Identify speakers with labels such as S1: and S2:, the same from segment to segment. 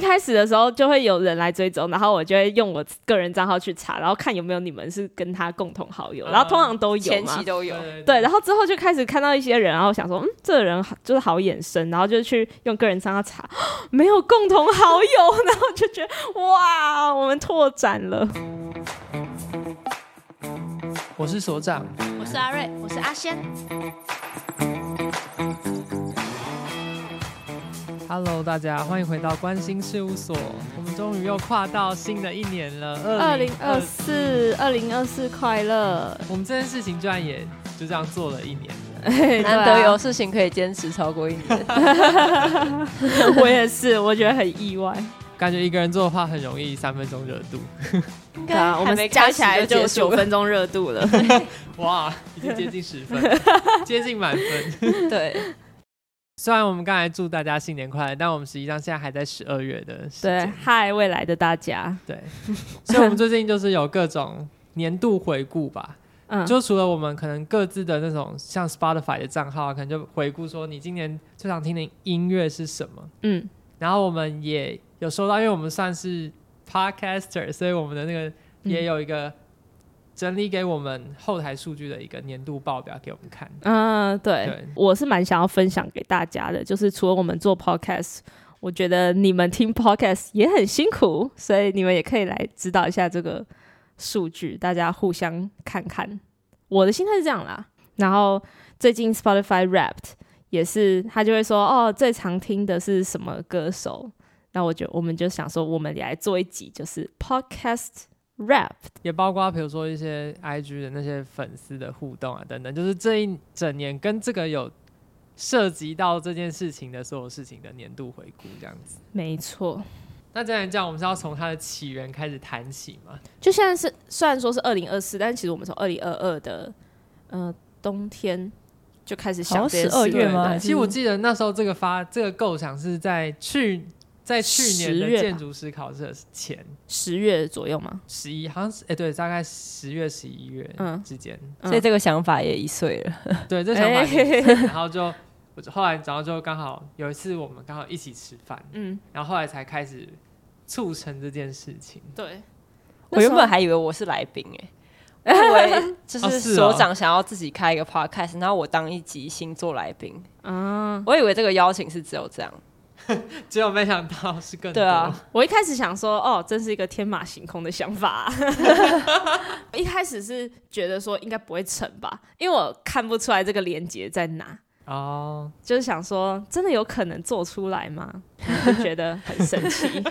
S1: 开始的时候就会有人来追踪，然后我就会用我个人账号去查，然后看有没有你们是跟他共同好友，然后通常都有
S2: 嗯前
S1: 嘛
S2: 期。都有，
S1: 对，然后之后就开始看到一些人，然后想说，嗯，这个人好就是好眼生，然后就去用个人账号查，哦没有共同好友， 然后就觉得哇，我们拓展了。
S3: 我是所长，
S4: 我是阿瑞，我是阿仙。
S3: Hello，大家欢迎回到关心事务所。我们终于又跨到新的一年了，
S1: 二
S3: 二
S1: 零
S3: 零
S1: 二
S3: 二。
S1: 四，二零二四快乐！
S3: 我们这件事情居然也就这样做了一年，
S2: 难
S1: 啊
S2: 得有事情可以坚持超过一年。
S1: 我也是，我觉得很意外。
S3: 感觉一个人做的话很容易三分钟热度。
S4: 应
S1: 对啊，我们加起来就九分钟热度了。
S3: 哇，已经接近十分， 接近满分。
S2: 对，
S3: 虽然我们刚才祝大家新年快乐，但我们实际上现在还在十二月的时
S1: 对
S3: 间。，
S1: 嗨，未来的大家，
S3: 对，所以我们最近就是有各种年度回顾吧。
S1: 嗯，
S3: 就除了我们可能各自的那种像 Spotify 的账号啊，可能就回顾说你今年最常听的音乐是什么。
S1: 嗯，
S3: 然后我们也有收到，因为我们算是 podcaster，所以我们的那个
S1: 嗯
S3: 也有一个整理给我们后台数据的一个年度报表给我们看。
S1: 嗯，对，
S3: 对
S1: 我是蛮想要分享给大家的，就是除了我们做 podcast，我觉得你们听 podcast 也很辛苦，所以你们也可以来指导一下这个数据，大家互相看看。我的心态是这样啦。然后最近 Spotify Wrapped 也是，他就会说哦，最常听的是什么歌手？那我就我们就想说，我们也来做一集，就是 podcast rap。
S3: 也包括比如说一些 IG 的那些粉丝的互动啊等等，就是这一整年跟这个有涉及到这件事情的所有事情的年度回顾这样子。
S1: 没错，
S3: 那既然这样，我们是要从它的起源开始谈起嘛？
S1: 就现在是虽然说是二零二四，但其实我们从二零二二的呃冬天就开始想
S2: 好像
S1: 这件
S2: 12
S1: 事
S2: 月吗
S1: 对不
S2: 还是
S3: 其实我记得那时候这个发这个构想是在去在去年
S1: 10
S3: 的
S1: 月吧
S3: 建筑师考试的前
S1: 对十月左右嘛，
S3: 十一，好像是哎、对，大概十月十一月
S1: 嗯
S3: 之间，
S1: 嗯
S2: 所以这个想法也一岁了。
S3: 对，这想法也是、然后就我就后来然后就刚好有一次我们刚好一起吃饭，
S1: 嗯，
S3: 然后后来才开始促成这件事情。
S1: 对，
S2: 我原本还以为我是来宾 哎、我以为就
S3: 哦
S2: 是
S3: 是哦
S2: 所长想要自己开一个 podcast，然后我当一集星座来宾。
S1: 啊，
S2: 我以为这个邀请是只有这样，
S3: 结果没想到是更多
S2: 对啊，
S1: 我一开始想说，哦，真是一个天马行空的想法、啊一开始是觉得说应该不会成吧，因为我看不出来这个连接在哪，
S3: 哦，
S1: 就是想说真的有可能做出来吗？就觉得很神奇。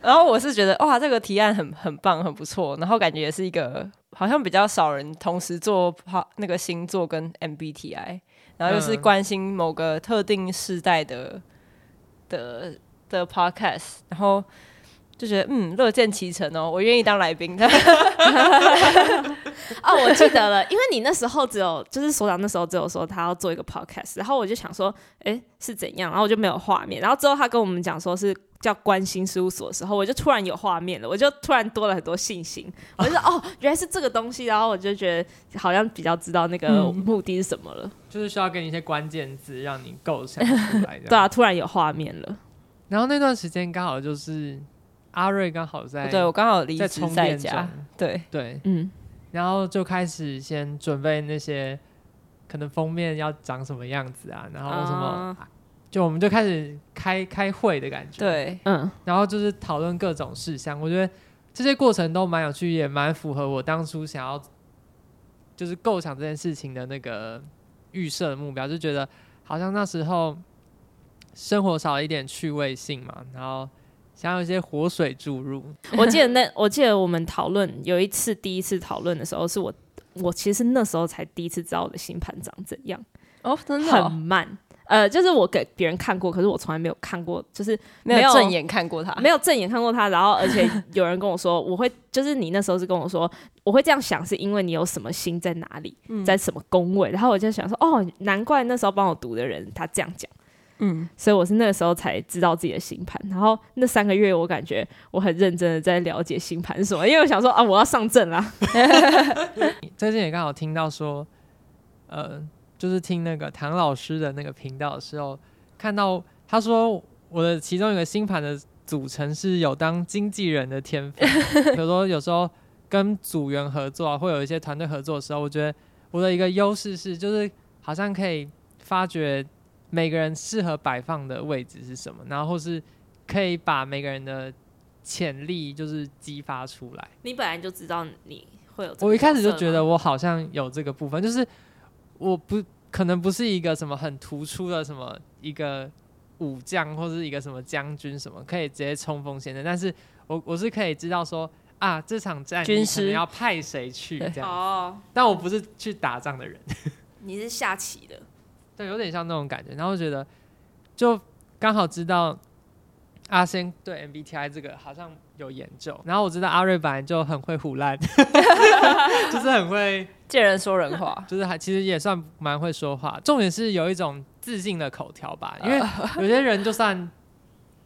S2: 然后我是觉得哇，这个提案很很棒，很不错，然后感觉也是一个好像比较少人同时做好那个星座跟 MBTI，然后又是
S3: 嗯
S2: 关心某个特定世代的的的 podcast，然后就觉得嗯，乐见其成哦，我愿意当来宾。
S1: 哦，我记得了，因为你那时候只有，就是所长那时候只有说他要做一个 podcast，然后我就想说，诶，是怎样？然后我就没有画面，然后之后他跟我们讲说是叫关心事务所的时候，我就突然有画面了，我就突然多了很多信心，我就说哦，原来是这个东西，然后我就觉得好像比较知道那个
S3: 嗯
S1: 目的是什么了，
S3: 就是需要给你一些关键字，让你构想出来。
S1: 对，啊，突然有画面了，
S3: 然后那段时间刚好就是阿瑞刚好在
S2: 对我刚好离
S3: 在
S2: 职
S3: 充
S2: 在
S3: 电
S2: 家
S3: 中，，
S2: 对，
S3: 对，
S1: 嗯，
S3: 然后就开始先准备那些可能封面要长什么样子啊，然后什么，就我们就开始开开会的感觉，，
S2: 对，
S1: 嗯，
S3: 然后就是讨论各种事项，我觉得这些过程都蛮有趣，也蛮符合我当初想要就是构想这件事情的那个预设的目标，就觉得好像那时候生活少了一点趣味性嘛，然后想要一些活水注入，
S1: 我记得那，我记得我们讨论有一次第一次讨论的时候，是我我其实那时候才第一次知道我的星盘长怎样。
S2: 哦，真的
S1: 很
S2: 哦、
S1: 慢。呃，就是我给别人看过，可是我从来没有看过，就是
S2: 没
S1: 没有
S2: 有正眼看过他，
S1: 没有正眼看过他。然后，而且 有人跟我说，我会就是你那时候是跟我说，我会这样想，是因为你有什么心在哪里，在什么宫位。然后我就想说，哦，难怪那时候帮我读的人他这样讲，
S2: 嗯，
S1: 所以我是那个时候才知道自己的星盘。然后那三个月，我感觉我很认真的在了解星盘是什么，因为我想说啊，我要上阵啦。
S3: 最近也刚好听到说，呃，就是听那个唐老师的那个频道的时候，看到他说我的其中一个星盘的组成是有当经纪人的天分，比如说有时候跟组员合作啊，会有一些团队合作的时候，我觉得我的一个优势是，就是好像可以发掘每个人适合摆放的位置是什么，然后或是可以把每个人的潜力就是激发出来。
S1: 你本来就知道你会有这个角色吗。
S3: 我一开始就觉得我好像有这个部分，就是我不可能不是一个什么很突出的什么一个武将或是一个什么将军什么可以直接冲锋陷阵，但是我我是可以知道说啊这场战役
S2: 军
S3: 可能
S2: 师
S3: 要派谁去
S2: 对
S3: 这样，
S1: 哦，
S3: 但我不是去打仗的人，
S1: 你是下棋的，
S3: 对，有点像那种感觉，然后觉得就刚好知道。阿仙对 MBTI 这个好像有研究，然后我知道阿瑞本来就很会胡乱， 就是很会，
S2: 见人说人话
S3: 就是还其实也算蛮会说话，重点是有一种自信的口条吧，因为有些人就算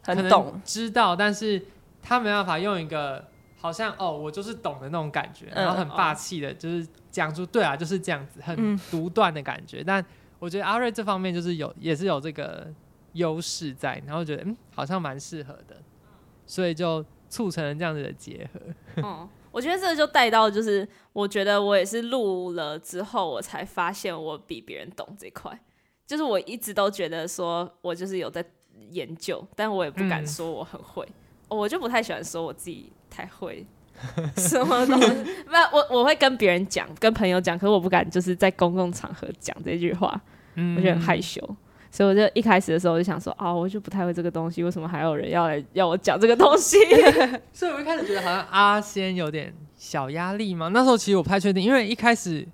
S3: 可
S2: 呃 很懂
S3: 能。知道，但是他没办法用一个好像哦我就是懂的那种感觉，
S2: 嗯
S3: 然后很霸气的，就是讲出对啊就是这样子，很
S2: 嗯
S3: 独断的感觉。但我觉得阿瑞这方面就是有也是有这个优势在，然后觉得嗯好像蛮适合的，所以就促成了这样子的结合。
S1: 嗯，我觉得这就带到，就是我觉得我也是录了之后，我才发现我比别人懂这块。就是我一直都觉得说我就是有在研究，但我也不敢
S3: 嗯
S1: 说我很会，我就不太喜欢说我自己太会 什么东西。那我我会跟别人讲，跟朋友讲，可是我不敢就是在公共场合讲这句话。
S3: 嗯
S1: 我就很害羞。所以我就一开始的时候我就想说，哦，我就不太会这个东西，为什么还有人要来要我讲这个东 西？
S3: 所以我一开始觉得好像阿仙有点小压力嘛。那时候其实我不太确定，因为一开始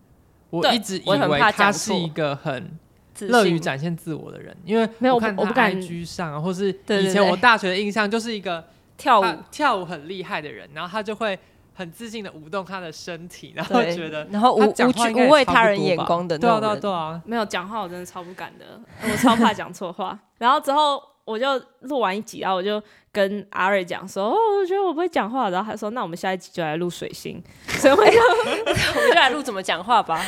S3: 我
S1: 对
S3: 一直以
S2: 我很
S3: 为
S2: 怕
S3: 他
S2: 讲
S3: 是
S2: 错
S3: 一个很
S2: 自
S3: 乐
S2: 信
S3: 于展现自我的人，因为
S1: 没有我
S3: 我
S1: 不
S3: 看
S1: 我不
S3: 他
S1: 敢
S3: IG 上啊，或是
S2: 对对
S3: 以前我
S2: 对
S3: 大学的印象就是一个
S2: 跳舞
S3: 他，跳舞很厉害的人，然后他就会很自信的舞动他的身体，然后
S2: 对
S3: 觉得，
S2: 然后无
S3: 他讲
S2: 无
S3: 话
S2: 惧
S3: 应该也
S2: 无畏
S3: 差
S2: 他
S3: 不
S2: 人
S3: 多
S2: 眼
S3: 吧
S2: 光的
S3: 对啊对啊
S2: 那种人。
S3: 对啊，
S1: 没有讲话，我真的超不敢的， 我超怕讲错话。然后之后我就录完一集，然后我就跟阿瑞讲说，哦，我觉得我不会讲话，然后他说，那我们下一集就来录水星， 所以我就，
S2: 我们就来录怎么讲话吧。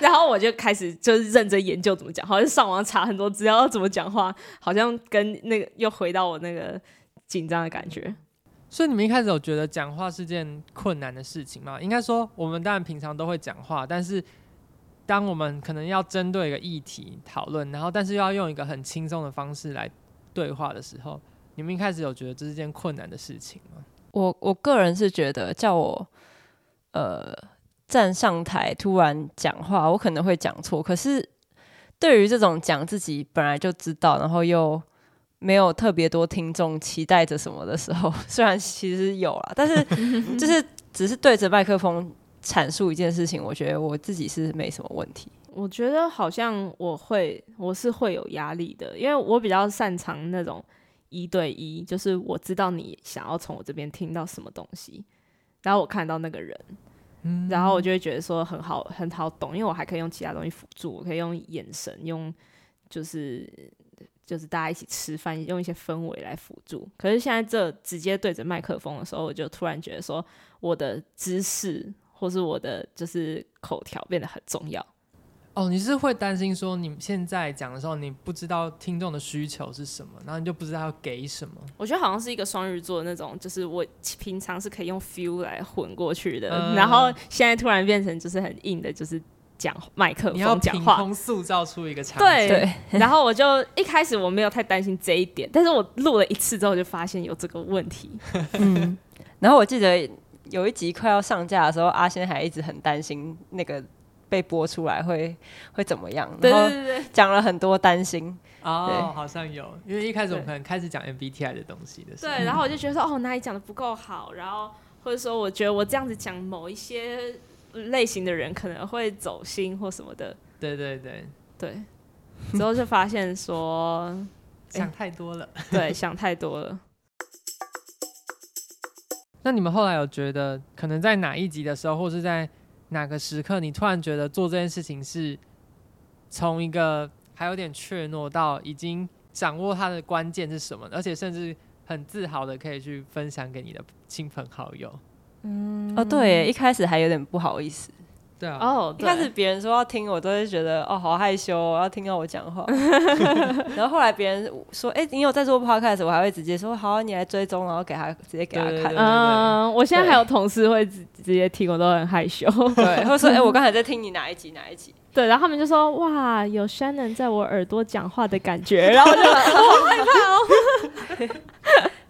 S1: 然后我就开始就是认真研究怎么讲话，就上网查很多资料怎么讲话，好像跟那个又回到我那个紧张的感觉。
S3: 所以你们一开始有觉得讲话是件困难的事情吗？应该说，我们当然平常都会讲话，但是当我们可能要针对一个议题讨论，然后但是又要用一个很轻松的方式来对话的时候，你们一开始有觉得这是件困难的事情吗？
S2: 我我个人是觉得，叫我呃站上台突然讲话，我可能会讲错。可是对于这种讲自己本来就知道，然后又没有特别多听众期待着什么的时候， 虽然其实有啦，但是就是只是对着麦克风阐述一件事情，我觉得我自己是没什么问题。
S1: 我觉得好像我会，我是会有压力的，因为我比较擅长那种一对一，就是我知道你想要从我这边听到什么东西，然后我看到那个人，
S3: 嗯
S1: 然后我就会觉得说很好，很好懂，因为我还可以用其他东西辅助，我可以用眼神，用就是就是大家一起吃饭，用一些氛围来辅助。可是现在这直接对着麦克风的时候，我就突然觉得说我的知识或是我的就是口条变得很重要。
S3: 哦，你是会担心说你现在讲的时候，你不知道听众的需求是什么，然后你就不知道要给什么。
S1: 我觉得好像是一个双鱼座的那种，就是我平常是可以用 feel 来混过去的，
S3: 嗯
S1: 然后现在突然变成就是很硬的，就是讲麦克
S3: 你要
S1: 风讲
S3: 凭
S1: 话。
S3: 空塑造出一个场景，
S1: 对，
S2: 对，
S1: 然后我就一开始我没有太担心这一点，但是我录了一次之后就发现有这个问题。
S2: 嗯，然后我记得有一集快要上架的时候，阿仙还一直很担心那个被播出来会会怎么样，
S1: 对
S2: 然后
S1: 对对对，
S2: 讲了很多担心。
S3: 哦，
S2: 对
S3: 好像有，因为一开始我们
S1: 对
S3: 可能开始讲 MBTI 的东西的时候，
S2: 嗯
S1: 对，然后我就觉得说哦哪里讲的不够好，然后或者说我觉得我这样子讲某一些类型的人可能会走心或什么的，
S3: 对对对，
S1: 对，之后就发现说
S3: 想太多了。
S1: 对想太多了。
S3: 那你们后来有觉得，可能在哪一集的时候，或是在哪个时刻，你突然觉得做这件事情是从一个还有点怯懦到已经掌握它的关键是什么，而且甚至很自豪的可以去分享给你的亲朋好友。
S2: 哦，对耶，一开始还有点不好意思，
S3: 对啊，
S1: 哦，
S2: 一开始
S1: 对，
S2: 别人说要听，我都会觉得哦，好害羞哦，要听到我讲话。然后后来别人说，哎、你有在做 podcast，我还会直接说，好啊，你来追踪，然后给他直接给他
S3: 对对
S2: 看，
S3: 对
S1: 嗯，我现在还有同事会直直接听，我都很害羞。
S2: 对，或者说，哎、我刚才在听你哪一集哪一集，
S1: 对，然后他们就说：“哇，有 Shannon 在我耳朵讲话的感觉。”然后我就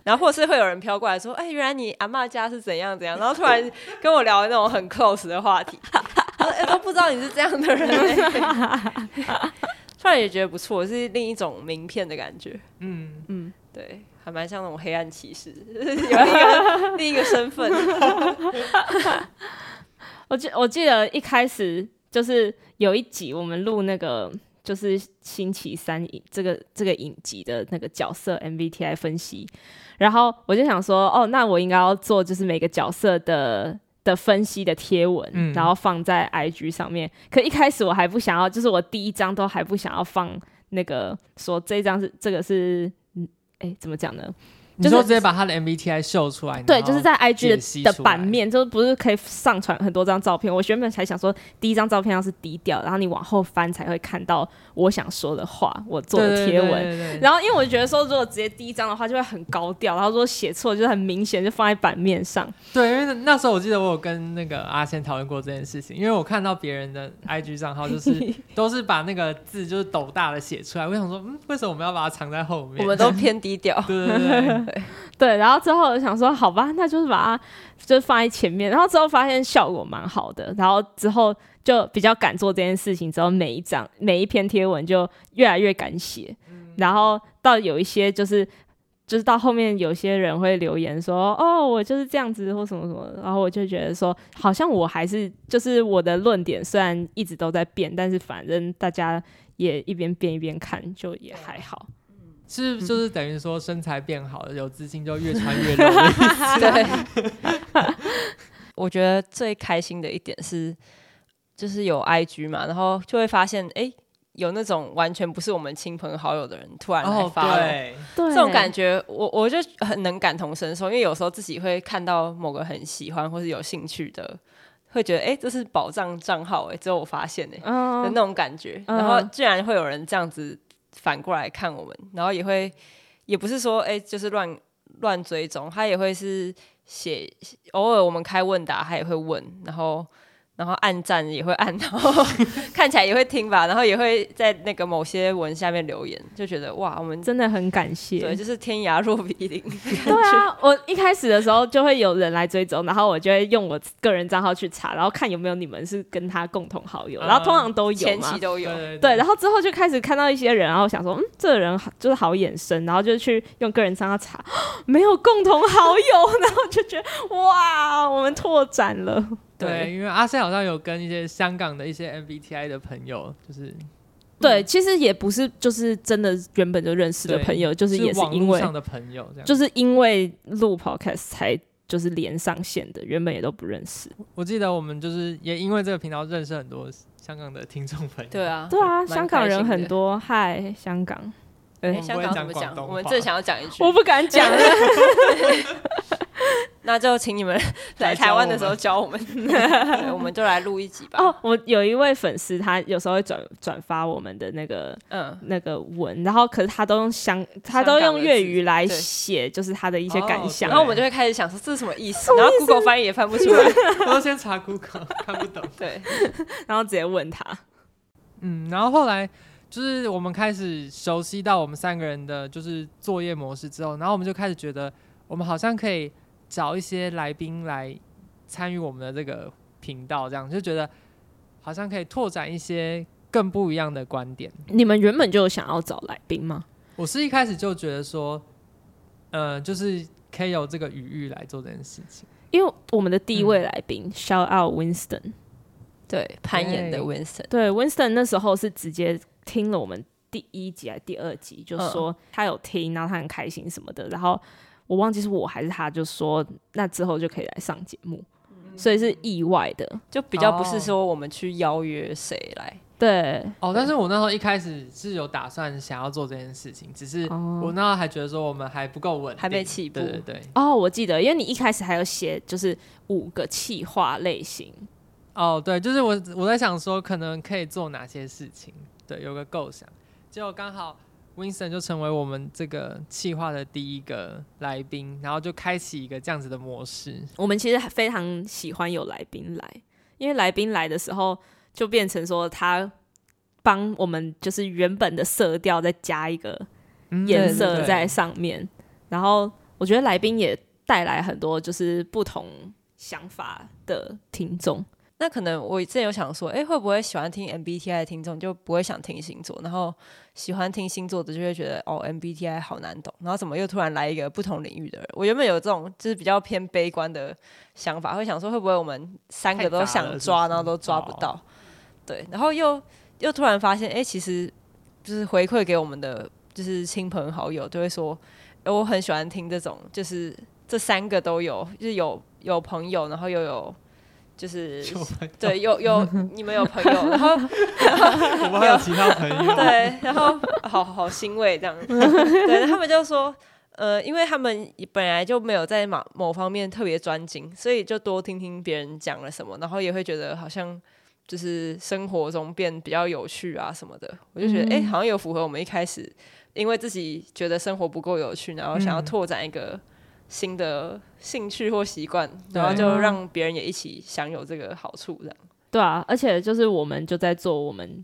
S2: 然后或是会有人飘过来说，哎、原来你阿嬷家是怎样怎样，然后突然跟我聊那种很 close 的话题， 然后哎、都不知道你是这样的人、哎 突然也觉得不错，是另一种名片的感觉。
S3: 嗯，
S2: 对，还蛮像那种黑暗骑士， 有一个另一个身份。
S1: 我记我记得一开始就是有一集我们录那个就是星期三影这个这个影集的那个角色 MBTI 分析，然后我就想说，哦，那我应该要做就是每个角色的。的分析的贴文，
S3: 嗯
S1: 然后放在 IG 上面。可一开始我还不想要，就是我第一张都还不想要放那个说这一张是这个是，嗯，哎，怎么讲呢？
S3: 你说
S1: 就是
S3: 直接把他的 MBTI 秀出来，
S1: 对，
S3: 然后
S1: 就是在 IG
S3: 解析
S1: 的的
S3: 出来
S1: 版面，就是不是可以上传很多张照片？我原本还想说，第一张照片要是低调，然后你往后翻才会看到我想说的话，我做
S3: 对
S1: 的
S3: 对
S1: 贴文。
S3: 对对 对
S1: 然后，因为我觉得说，如果直接第一张的话，就会很高调，然后如果写错，就是很明显，就放在版面上。
S3: 对，因为那那时候我记得我有跟那个阿仙讨论过这件事情，因为我看到别人的 IG 账号就是都是把那个字就是斗大的写出来，我想说，嗯，为什么我们要把它藏在后面？。
S2: 我们都偏低调
S3: 对对对，
S1: 对，然后之后我想说，好吧，那就是把它就是放在前面，然后之后发现效果蛮好的，然后之后就比较敢做这件事情，之后每一张每一篇贴文就越来越敢写，然后到有一些就是。就是到后面有些人会留言说，哦，我就是这样子或什么什么的，然后我就觉得说，好像我还是就是我的论点虽然一直都在变，但是反正大家也一边变一边看，就也还好。
S3: 是就是等于说身材变好了，有自信就越穿越露的意思。
S2: 对， 我觉得最开心的一点是，就是有 IG 嘛，然后就会发现，哎、有那种完全不是我们亲朋好友的人突然来
S3: 哦，
S2: 发了。
S3: 对，
S1: 对，
S2: 这种感觉，我我就很能感同身受，因为有时候自己会看到某个很喜欢或是有兴趣的，会觉得哎、诶这是宝藏账号哎、诶只有我发现哎、诶
S1: 嗯，
S2: 的那种感觉。
S1: 嗯
S2: 然后居然会有人这样子反过来看我们，然后也会也不是说哎、诶就是乱乱追踪，他也会是写偶尔我们开问答，他也会问，然后。然后按赞也会按，然后看起来也会听吧，然后也会在那个某些文下面留言，就觉得哇，我们
S1: 真的很感谢。
S2: 对，就是天涯若比邻。
S1: 对啊，我一开始的时候就会有人来追踪，然后我就会用我个人账号去查，然后看有没有你们是跟他共同好友，
S3: 嗯
S1: 然后通常都有
S2: 前
S1: 嘛
S2: 期。都有，
S3: 对
S1: 对，然后之后就开始看到一些人，然后想说，嗯，这个人好就是好眼生，然后就去用个人账号查，哦没有共同好友， 然后就觉得哇，我们拓展了。
S3: 对，因为阿仙好像有跟一些香港的一些 MBTI 的朋友，就是
S1: 对，其实也不是就是真的原本就认识的
S3: 对
S1: 朋友，就是也是
S3: 网
S1: 因
S3: 络
S1: 为
S3: 上的朋友这样。
S1: 就是因为录 podcast 才就是连上线的，原本也都不认识。
S3: 我记得我们就是也因为这个频道认识很多香港的听众朋友。
S2: 对啊，
S1: 对啊，
S2: 蛮
S1: 香港人很
S2: 开心的。
S1: 多，嗨，香港，
S2: 哎
S3: 我们不
S2: 香
S3: 会
S2: 港怎
S3: 讲
S2: 么
S3: 广
S2: 讲？
S3: 东
S2: 我们
S3: 话
S2: 正想要讲一句，
S1: 我不敢讲了。
S2: 那就请 你们来
S3: 来
S2: 台
S3: 教
S2: 湾
S3: 我
S2: 的时候
S3: 们
S2: 教我 们，对我们就来录一集吧。
S1: 哦，我有一位粉丝，他有时候会转转发我们的那个
S2: 嗯，
S1: 那个文，然后可是他都用香，他都
S2: 香
S1: 用
S2: 港的
S1: 粤
S2: 字
S1: 语来
S2: 对
S1: 写，就是他的一些感
S3: 哦
S1: 想。
S2: 然后我们就会开始想说这是什么意思，然后 Google 翻译也翻不出来。
S3: 我都先查 Google 看不懂。
S2: 对，
S1: 然后直接问他，
S3: 嗯，然后后来就是我们开始熟悉到我们三个人的就是作业模式之后，然后我们就开始觉得我们好像可以找一些来宾来参与我们的这个频道，这样就觉得好像可以拓展一些更不一样的观点。
S1: 你们原本就有想要找来宾吗？
S3: 我是一开始就觉得说，呃，就是可以有这个余裕来做这件事情。
S1: 因为我们的第一位来宾、shout out Winston，
S2: 对，攀岩的
S3: 对
S2: Winston，
S1: 对 Winston 那时候是直接听了我们第一集还是第二集，就说他有听，然后他很开心什么的，然后我忘记是我还是他，就说那之后就可以来上节目，所以是意外的，
S2: 就比较不是
S3: 哦
S2: 说我们去邀约谁来，
S1: 对，
S3: 哦，但是我那时候一开始是有打算想要做这件事情，只是
S1: 哦
S3: 我那时候还觉得说我们还不够稳定，
S2: 还没起步
S3: 对对对，
S1: 哦，我记得，因为你一开始还有写就是五个企划类型，
S3: 哦，对，就是我我在想说，可能可以做哪些事情，对，有个构想，结果刚好 Winston 就成为我们这个企划的第一个来宾，然后就开启一个这样子的模式，
S1: 我们其实非常喜欢有来宾来，因为来宾来的时候就变成说他帮我们就是原本的色调再加一个
S3: 嗯
S1: 颜
S2: 对对
S1: 色
S3: 对
S1: 在上面。然后我觉得来宾也带来很多就是不同想法的听众。
S2: 那可能我之前有想说，哎、会不会喜欢听 MBTI 的听众就不会想听星座，然后喜欢听星座的就会觉得哦 MBTI 好难懂，然后怎么又突然来一个不同领域的人？我原本有这种就是比较偏悲观的想法，会想说会不会我们三个都想
S3: 太
S2: 抓，
S3: 杂了是不是
S2: 然后都抓不到
S3: 哦？
S2: 对，然后又又突然发现，哎、其实就是回馈给我们的就是亲朋好友，就会说，诶我很喜欢听这种，就是这三个都有，就是有有朋友，然后又有。就是
S3: 就会
S2: 对，有有你们有朋友，然后
S3: 我们还有其他朋友，
S2: 对，然后好好欣慰这样， 对他们就说。呃，因为他们本来就没有在某某方面特别专精，所以就多听听别人讲了什么，然后也会觉得好像就是生活中变比较有趣啊什么的。我就觉得，哎、
S3: 嗯
S2: 好像有符合我们一开始因为自己觉得生活不够有趣，然后想要
S3: 嗯
S2: 拓展一个新的兴趣或习惯，
S3: 对
S2: 然后就让别人也一起享有这个好处，这样。
S1: 对啊，而且就是我们就在做我们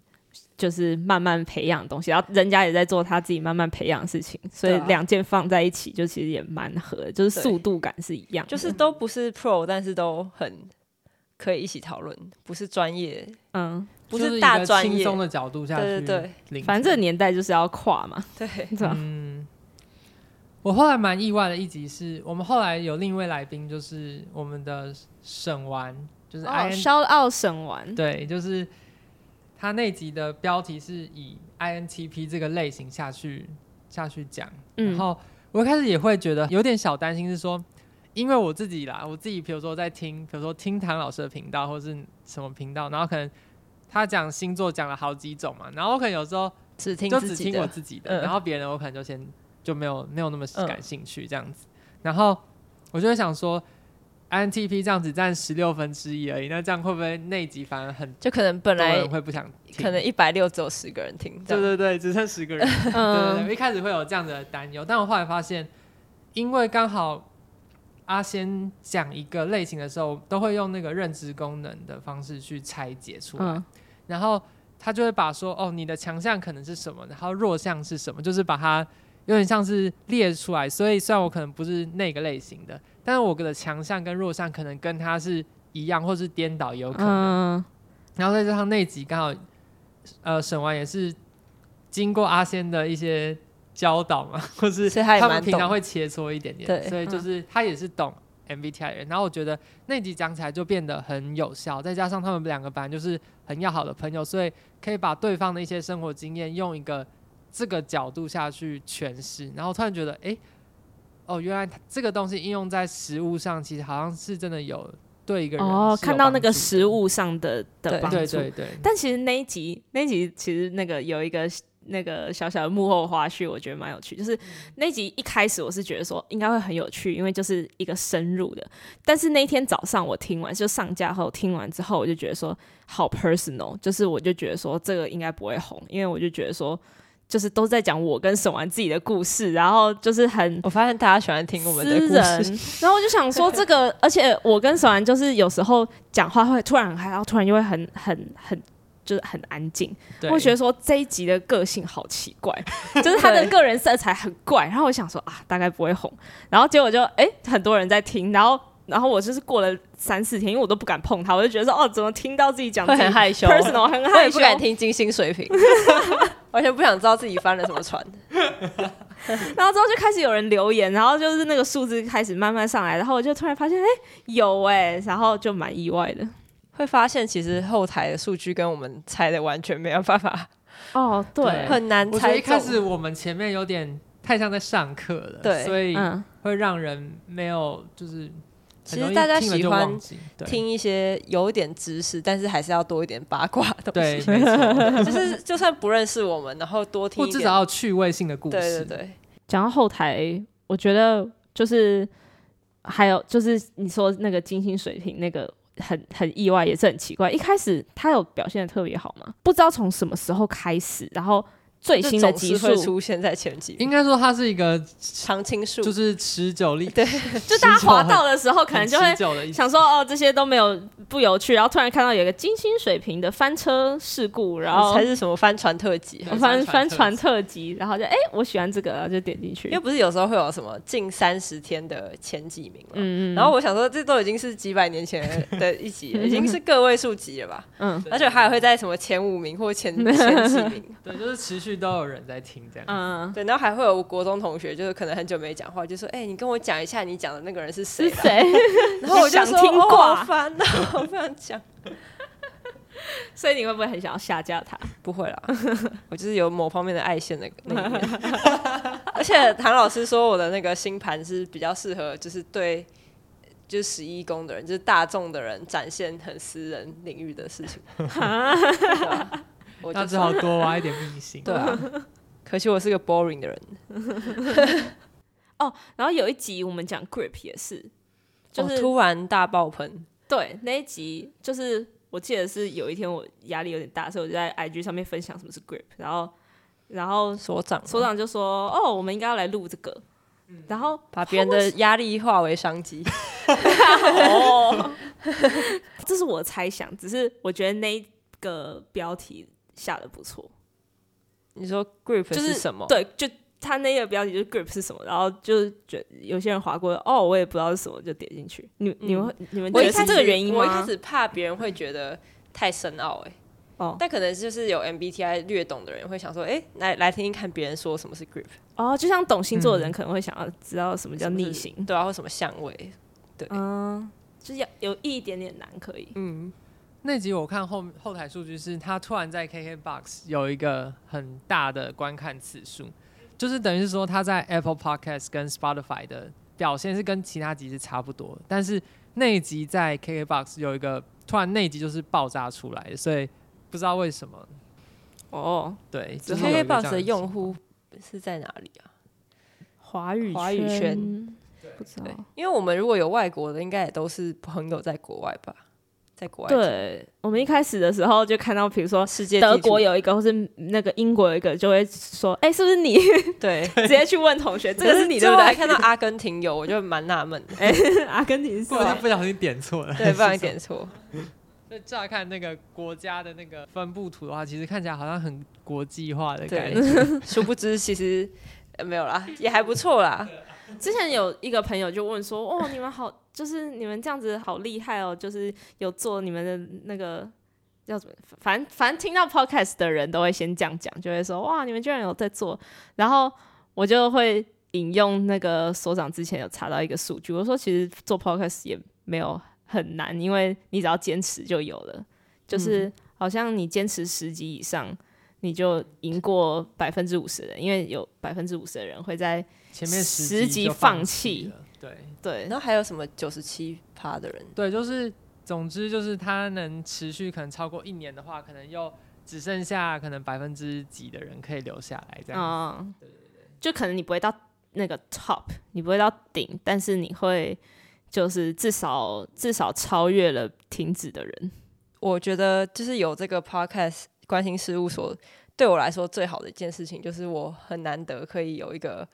S1: 就是慢慢培养的东西，然后人家也在做他自己慢慢培养的事情，所以
S2: 对啊
S1: 两件放在一起就其实也蛮合的，就是
S2: 对
S1: 速度感是一样的，
S3: 嗯
S2: 就是都不是 pro，但是都很可以一起讨论，不是专业，
S1: 嗯，
S2: 不
S3: 就是一
S2: 大
S3: 个
S2: 专
S3: 轻
S2: 业，
S3: 松的角度下去
S2: 对
S3: 聆
S2: 对
S3: 听，
S2: 对
S1: 反正这个年代就是要跨嘛，
S2: 对，
S1: 是吧？
S3: 嗯，我后来蛮意外的一集是我们后来有另一位来宾，就是我们的沈完，就是 I
S1: 哦
S3: N、
S1: ，shout out 沈完，
S3: 对，就是他那集的标题是以 INTP 这个类型下去下去讲，
S1: 嗯
S3: 然后我一开始也会觉得有点小担心，是说。因为我自己啦，我自己比如说在听，比如说听唐老师的频道或是什么频道，然后可能他讲星座讲了好几种嘛，然后我可能有时候
S2: 只听
S3: 就
S2: 自
S3: 只
S2: 己
S3: 听我
S2: 的，
S3: 自己的，
S2: 嗯
S3: 然后别人的我可能就先就没有没有那么
S2: 嗯
S3: 感兴趣这样子，然后我就会想说，INTP 这样只占十六分之一而已，那这样会不会那一集反而很
S2: 就可能本
S3: 多
S2: 来
S3: 人会不想听？
S2: 可能一百六只有十个人听，这
S3: 对对
S2: 样
S3: 对，只剩十 个人，对对对，
S1: 嗯
S3: 我一开始会有这样的担忧，但我后来发现，因为刚好阿仙讲一个类型的时候，都会用那个认知功能的方式去拆解出来，
S1: 嗯
S3: 然后他就会把说哦，你的强项可能是什么，然后弱项是什么，就是把它有点像是列出来。所以虽然我可能不是那个类型的，但是我的强项跟弱项可能跟他是一样，或是颠倒也有可能。
S1: 嗯，
S3: 然后再加上那集刚好，呃，沈完也是经过阿仙的一些教导嘛， 或是
S2: 所以他也
S3: 他
S2: 蛮
S3: 们平常
S2: 懂
S3: 会切磋一点点，
S2: 对
S3: 所以就是他也是懂 MBTI 的人。然后我觉得那集讲起来就变得很有效，再加上他们两个本来就是很要好的朋友，所以可以把对方的一些生活经验用一个这个角度下去诠释，然后突然觉得，哎、哦，原来它这个东西应用在食物上，其实好像是真的有对一个人
S1: 哦，
S3: 是有
S1: 看到那
S3: 帮助
S1: 个
S3: 的
S1: 食，物上的的
S2: 对
S1: 帮
S3: 对
S1: 助，
S3: 对对，
S1: 但其实那一集，那一集其实那个有一个那个小小的幕后花絮，我觉得蛮有趣。就是那一集一开始我是觉得说应该会很有趣，因为就是一个深入的。但是那一天早上我听完，就上架后听完之后，我就觉得说好 personal，就是我就觉得说这个应该不会红，因为我就觉得说就是都在讲我跟沈完自己的故事，然后就是很
S2: 我发现大家喜欢听我们的
S1: 私
S2: 故事，
S1: 人，然后我就想说这 个，而且我跟小兰就是有时候讲话会突然很嗨，然后突然就会很很很。就是很安静，
S3: 对
S1: 我觉得说这一集的个性好奇 怪，就是他的
S2: 对
S1: 个人色彩很怪。然后我想说啊，大概不会红。然后结果就哎、很多人在听，然后然后我就是过了三四天，因为我都不敢碰他，我就觉得说哦，怎么听到自己讲
S2: 会很害羞，
S1: personal 很
S2: 我也
S1: 害
S2: 不
S1: 羞，
S2: 敢听金星水平， 完全不想知道自己翻了什么船，
S1: 然后之后就开始有人留言，然后就是那个数字开始慢慢上来，然后我就突然发现哎、有哎、然后就蛮意外的。
S2: 会发现其实后台的数据跟我们猜的完全没有办法，
S1: 哦，对
S3: 对，
S2: 很难
S3: 我觉得
S2: 猜
S3: 一开
S2: 中。
S3: 始我们前面有点太像在上课了，
S2: 对
S3: 所以
S1: 嗯，
S3: 会让人没有就是
S2: 其
S3: 很容
S2: 实
S3: 易
S2: 大家
S3: 听了
S2: 喜
S3: 就
S2: 欢
S3: 忘记，对
S2: 听一些有一点知识，但是还是要多一点八卦的东
S3: 对，
S2: 西。
S3: 没错，
S2: 就是就算不认识我们，然后多听
S3: 或
S2: 一点，
S3: 至少要有趣味性的故
S2: 对
S3: 事，
S2: 对对，
S1: 讲到后台，我觉得就是还有就是你说那个金星水平那个，很很意外，也是很奇怪。一开始他有表现的特别好吗？不知道从什么时候开始，然后最
S2: 就
S1: 新的
S2: 总
S1: 集
S2: 是
S1: 数
S2: 会出现在前几
S3: 应
S2: 名，
S3: 该说它是一个
S2: 常青树
S3: 就是持久力，
S2: 对，
S1: 就大家滑到的时候，可能就会
S3: 很持久的一集
S1: 想说哦，这些都没有不有趣，然后突然看到有一个金星水平的翻车事故，然后
S2: 还是什么帆船特辑，
S3: 对
S1: 哦翻翻
S3: 帆
S1: 船
S3: 船
S1: 特辑，然后就哎、我喜欢这个，然后就点进去
S2: 因为。不是有时候会有什么近三十天的前几名嘛，
S1: 嗯嗯
S2: 然后我想说这都已经是几百年前的一集了，已经 是个位数集了吧，
S1: 嗯
S2: 而且还会在什么前五名 或前前几名，
S3: 对，就是持续都有人在听这样。
S1: 嗯，
S2: 对，然后还会有国中同学，就是可能很久没讲话，就说：“哎、你跟我讲一下你讲的那个人是 谁
S1: 是
S2: 啦。”
S1: 谁？
S2: 然后我就
S1: 想
S2: 说：“
S1: 听
S2: 哦，
S1: 挂
S2: 好烦恼，我不想讲。
S1: 所以你会不会很想要下架 他？”
S2: 不会啦，我就是有某方面的爱线的那一面。而且唐老师说我的那个星盘是比较适合，就是对。就是十一宫的人，就是大众的人，展现很私人领域的事 情。对啊我
S3: 那
S2: 就
S3: 只
S2: 是
S3: 好多挖一点秘辛。
S2: 对啊，可惜我是个 boring 的人，
S1: 然后有一集我们讲 grip 也是，就、
S2: 就是哦突然大爆喷。
S1: 对那一集就是我记得是有一天我压力有点大，所以我就在 IG 上面分享什么是 grip，然后然后
S2: 所长吗，
S1: 所长就说哦，我们应该要来录这个，
S2: 嗯
S1: 然后
S2: 把别人的压力化为商 机。
S1: 哦，这是我的猜想，只是我觉得那一个标题下的不错，
S2: 你说 group
S1: 就是
S2: 是什么？
S1: 对，就他那个标题就是 grip 是什么，然后就是觉有些人划过，哦，我也不知道是什么，就点进去。你你们、你们觉
S2: 我一
S1: 得
S2: 开
S1: 是
S2: 始
S1: 这个原因吗？
S2: 我一开始怕别人会觉得太深奥、欸，哎，
S1: 哦
S2: 但可能就是有 MBTI 略懂的人会想说，哎、来来听听看别人说什么是 group，
S1: 哦，就像懂星座的人可能会想要知道什么叫
S2: 嗯什么是
S1: 逆行，
S2: 对啊，或什么相位，
S1: 嗯，就是要有一点点难可以。
S2: 嗯，
S3: 那集我看后后台数据是，他突然在 KKBOX 有一个很大的观看次数，就是等于是说他在 Apple Podcast 跟 Spotify 的表现是跟其他集是差不多的，但是那一集在 KKBOX 有一个突然那一集就是爆炸出来的，所以不知道为什么，
S1: 哦，
S3: 对，就是
S2: KK
S3: 有一个这样
S2: box 的
S3: 情
S2: 用
S3: 况
S2: 户是在哪里啊？
S1: 华语
S2: 华语圈
S1: 不知道
S2: 对，哦因为我们如果有外国的，应该也都是朋友在国外吧，在国外听
S1: 对，我们一开始的时候就看到，比如说
S2: 世界地
S1: 德
S2: 图
S1: 国有一个，或是那个英国有一个，就会说：“哎、是不是 你？”
S2: 对。
S1: 直接去问同学， 这个是你
S2: 之
S1: 对哎
S2: 后
S1: 不
S2: 还
S1: 对？
S2: 看到阿根廷有，我就蛮纳闷 的，
S1: 阿根廷是
S3: 会不会不小心点错了？
S2: 对，不然点错。
S3: 那乍看那个国家的那个分布图的话，其实看起来好像很国际化的感觉。
S2: 对，殊不知其实、呃没有啦，也还不错啦。
S1: 之前有一个朋友就问说：“哦，你们好，就是你们这样子好厉害哦，就是有做你们的那个叫什么？反正反正听到 podcast 的人都会先这样讲，就会说：哇，你们居然有在做。然后我就会引用那个所长之前有查到一个数据，我说其实做 podcast 也没有很难，因为你只要坚持就有了。就是好像你坚持十集以上，你就赢过百分之五十的人，因为有百分之五十的人会在。”
S3: 前面
S1: 十集
S3: 集就
S1: 放
S3: 放
S1: 弃
S3: 了，对
S1: 对，
S2: 然后还有什么九十七趴的人，
S3: 对，就是总之就是它能持续可能超过一年的话，可能又只剩下可能百分之几的人可以留下来这样。
S1: 嗯，就可能你不会到那个 top，你不会到顶，但是你会就是至少至少超越了停止的人。
S2: 我觉得就是有这个 podcast 关心事务所，对我来说最好的一件事情就是我很难得可以有一个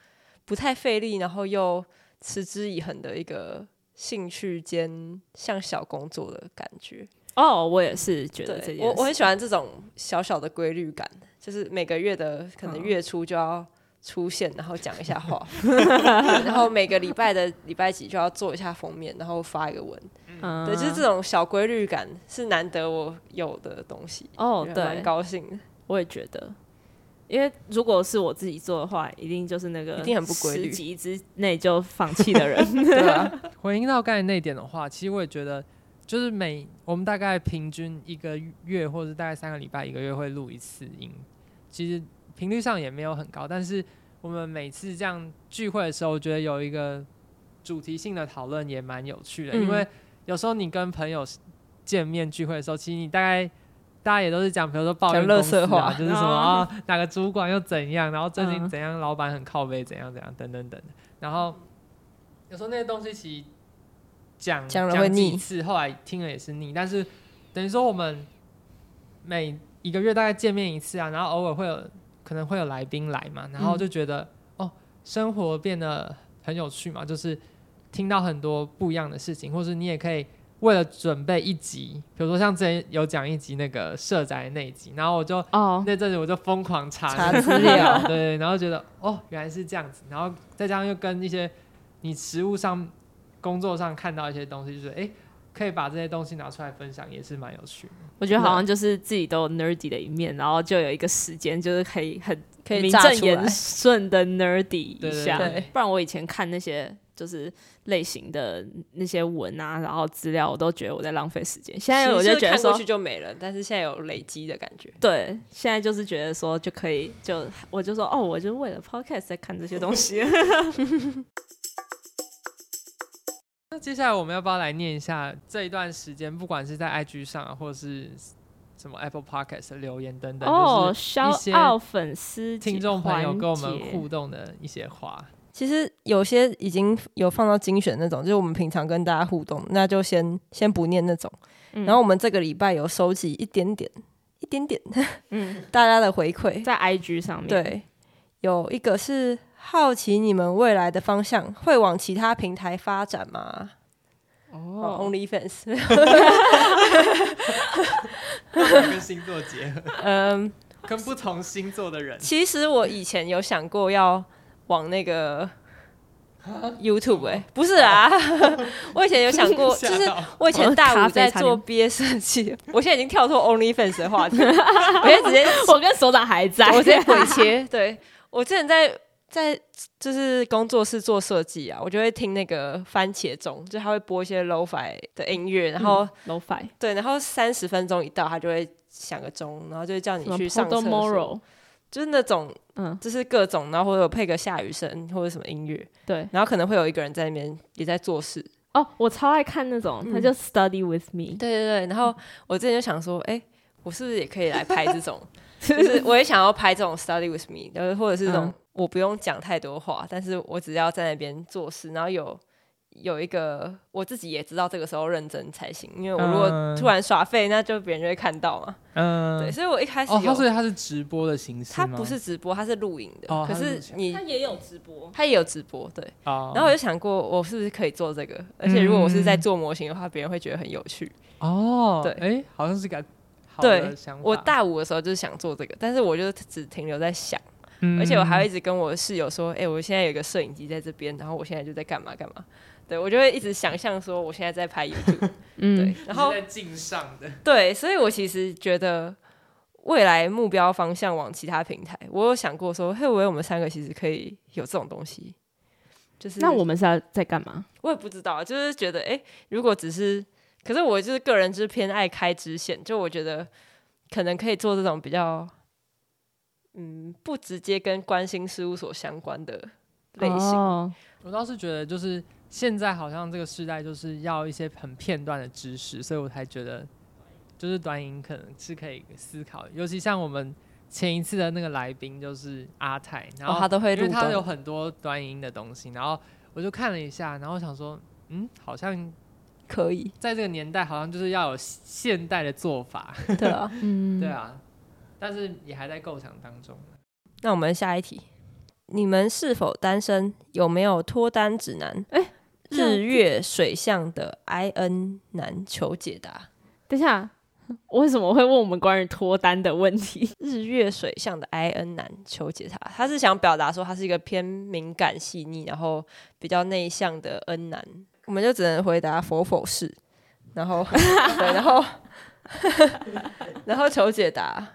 S2: 不太费力，然后又持之以恒的一个兴趣兼像小工作的感觉。
S1: 哦，我也是觉得这件
S2: 对
S1: 事，
S2: 我我很喜欢这种小小的规律感，就是每个月的可能
S1: 嗯
S2: 月初就要出现，然后讲一下 话， 然后每个礼拜的礼拜几就要做一下封面，然后发一个文。
S1: 嗯，
S2: 对，就是这种小规律感是难得我有的东西。
S1: 哦
S2: 我，觉得蛮
S1: 对，
S2: 高兴的。
S1: 我也觉得。因为如果是我自己做的话，一定就是那个
S2: 一定很不规律
S1: 十集之内就放弃的人。
S2: 对啊，
S3: 回应到刚才那一点的话，其实我也觉得，就是每我们大概平均一个月，或者是大概三个礼拜一个月会录一次音，其实频率上也没有很高，但是我们每次这样聚会的时候，我觉得有一个主题性的讨论也蛮有趣的，
S1: 嗯
S3: 因为有时候你跟朋友见面聚会的时候，其实你大概。大家也都是讲，比如说抱怨
S2: 讲垃
S3: 公司
S2: 圾话
S3: 啊，就是什么
S1: 哦
S3: 啊，哪个主管又怎样，然后最近
S1: 嗯
S3: 怎样，老板很靠背，怎样怎样，等等等。然后有时候那些东西其实讲
S2: 讲了会腻
S3: 几次，后来听了也是腻。但是等于说我们每一个月大概见面一次啊，然后偶尔会有可能会有来宾来嘛，然后就觉得、哦，生活变得很有趣嘛，就是听到很多不一样的事情，或是你也可以为了准备一集，比如说像之前有讲一集那个社宅那一集，然后我就
S1: 哦，
S3: 那阵子我就疯狂查
S2: 查
S3: 那个
S2: 资料
S3: 对对，然后觉得哦原来是这样子，然后再加上又跟一些你实物上、工作上看到一些东西，就是哎可以把这些东西拿出来分享，也是蛮有趣的。
S1: 我觉得好
S2: 啊
S1: 像就是自己都有 nerdy 的一面，然后就有一个时间就是可以很
S2: 可以
S1: 名
S2: 炸
S1: 正
S2: 出来
S1: 言顺的 nerdy
S3: 对
S1: 一下
S2: 对对。
S1: 不然我以前看那些就是类型的那些文啊，然后资料，我都觉得我在浪费时间。现在我
S2: 其实
S1: 就是觉得
S2: 看过
S1: 说
S2: 去，就没了，但是现在有累积的感觉。
S1: 对，现在就是觉得说就可以，就我就说哦，我就是为了 podcast 在看这些东西。
S3: 那接下来我们要不要来念一下这一段时间，不管是在 IG 上、啊、或是什么 Apple Podcast 的留言等等，
S1: 哦，
S3: 就是
S1: 肖
S3: 一些
S1: 傲粉丝
S3: 听众朋友跟我们互
S1: 互
S3: 动的一些 话。
S2: 其实有些已经有放到精选那种，就是我们平常跟大家互动，那就先先不念那种。
S1: 嗯
S2: 然后我们这个礼拜有收集一点点、一点点
S1: 嗯，
S2: 大家的回馈。
S1: 在 IG 上面，，
S2: 对，有一个是好奇你们未来的方向会往其他平台发展吗？哦、o
S1: 哦
S2: n l y f a n s
S3: 跟星座结合，
S2: 嗯，
S3: 跟不同星座的人，
S2: 其实我以前有想过要往那个 YouTube 哎、不是 啊，我以前有想过，就是
S3: 哦吓到
S2: 我以前大
S1: 咖
S2: 五
S1: 啡
S2: 在
S1: 差
S2: 做
S1: 点
S2: 毕业设计，我现在已经跳脱 OnlyFans 的话题， 我现在直接
S1: 我跟首长还在，
S2: 我 直 接鬼切。对我之前在在就是工作室做设计啊，我就会听那个番茄钟，就他会播一些 lofi 的音乐，然后、
S1: low five，
S2: 对，然后三十分钟一到，他就会响个钟，然后就会叫你
S1: 什么
S2: 去上厕
S1: Podo
S2: 所，
S1: Moro，
S2: 就是那种
S1: 嗯，
S2: 就是各种，然后或者有配个下雨声或者什么音乐，
S1: 对，
S2: 然后可能会有一个人在那边也在做事，
S1: 哦，我超爱看那种，他
S2: 嗯
S1: 就 study with me，
S2: 对对对，然后我之前就想说， 哎、我是不是也可以来拍这 种？就是我也想要拍这种 study with me，然后或者是这种、
S1: 嗯
S2: 我不用讲太多话，但是我只要在那边做事，然后有有一个我自己也知道这个时候认真才行，因为我如果
S3: 嗯
S2: 突然耍废，那就别人就会看到嘛。
S3: 嗯
S2: 对，所以我一开始
S3: 哦，
S2: 有，
S3: 他所以他是直播的形式
S2: 他
S3: 吗？
S2: 不是直播，他是录影的，
S3: 哦
S2: 可
S3: 他是录
S2: 是
S3: 影
S2: 你
S1: 也有直播，
S2: 他也有直播，对。
S3: 哦，
S2: 然后我就想过，我是不是可以做这个？而且如果我是在做模型的话，别人会觉得很有趣。
S3: 哦，
S2: 对
S3: 哎、好像是个好
S2: 对
S3: 的想法。
S2: 我大五的时候就是想做这个，但是我就只停留在想，
S3: 嗯，
S2: 而且我还会一直跟我室友说，哎、我现在有一个摄影机在这边，然后我现在就在干嘛干嘛。对，我就会一直想象说我现在在拍 YouTube，对
S1: 嗯，，
S2: 然后
S3: 你是在镜上的，
S2: 对，所以我其实觉得未来目标方向往其他平台，我有想过说，嘿，喂，我们三个其实可以有这种东西，就是
S1: 那我们是要在干嘛？
S2: 我也不知道，就是觉得哎、诶如果只是，可是我就是个人就是偏爱开支线，就我觉得可能可以做这种比较，嗯，不直接跟关心事务所相关的类型。
S1: 哦
S3: 我倒是觉得就是现在好像这个时代就是要一些很片段的知识，所以我才觉得就是短影可能是可以思考，尤其像我们前一次的那个来宾就是阿泰，然
S2: 然
S3: 后
S2: 哦后他都会
S3: 因为
S2: 录
S3: 他有
S2: 的，
S3: 很多短影的东西，然后我就看了一下，然后想说，嗯，好像
S2: 可以，
S3: 在这个年代好像就是要有现代的做法，
S2: 对啊。
S1: 嗯，
S3: 对，啊，但是也还在构想当中。啊
S2: 那我们下一题，你们是否单身？有没有脱单指南？
S1: 诶
S2: 日月水象的 I N 难求解答。
S1: 等一下，为什么会问我们关于脱单的问题？
S2: 日月水象的 I N 男求解他，他是想表达说他是一个偏敏感细腻，然后比较内向的 N 男。我们就只能回答否否是，然 后对，然后然后求解答。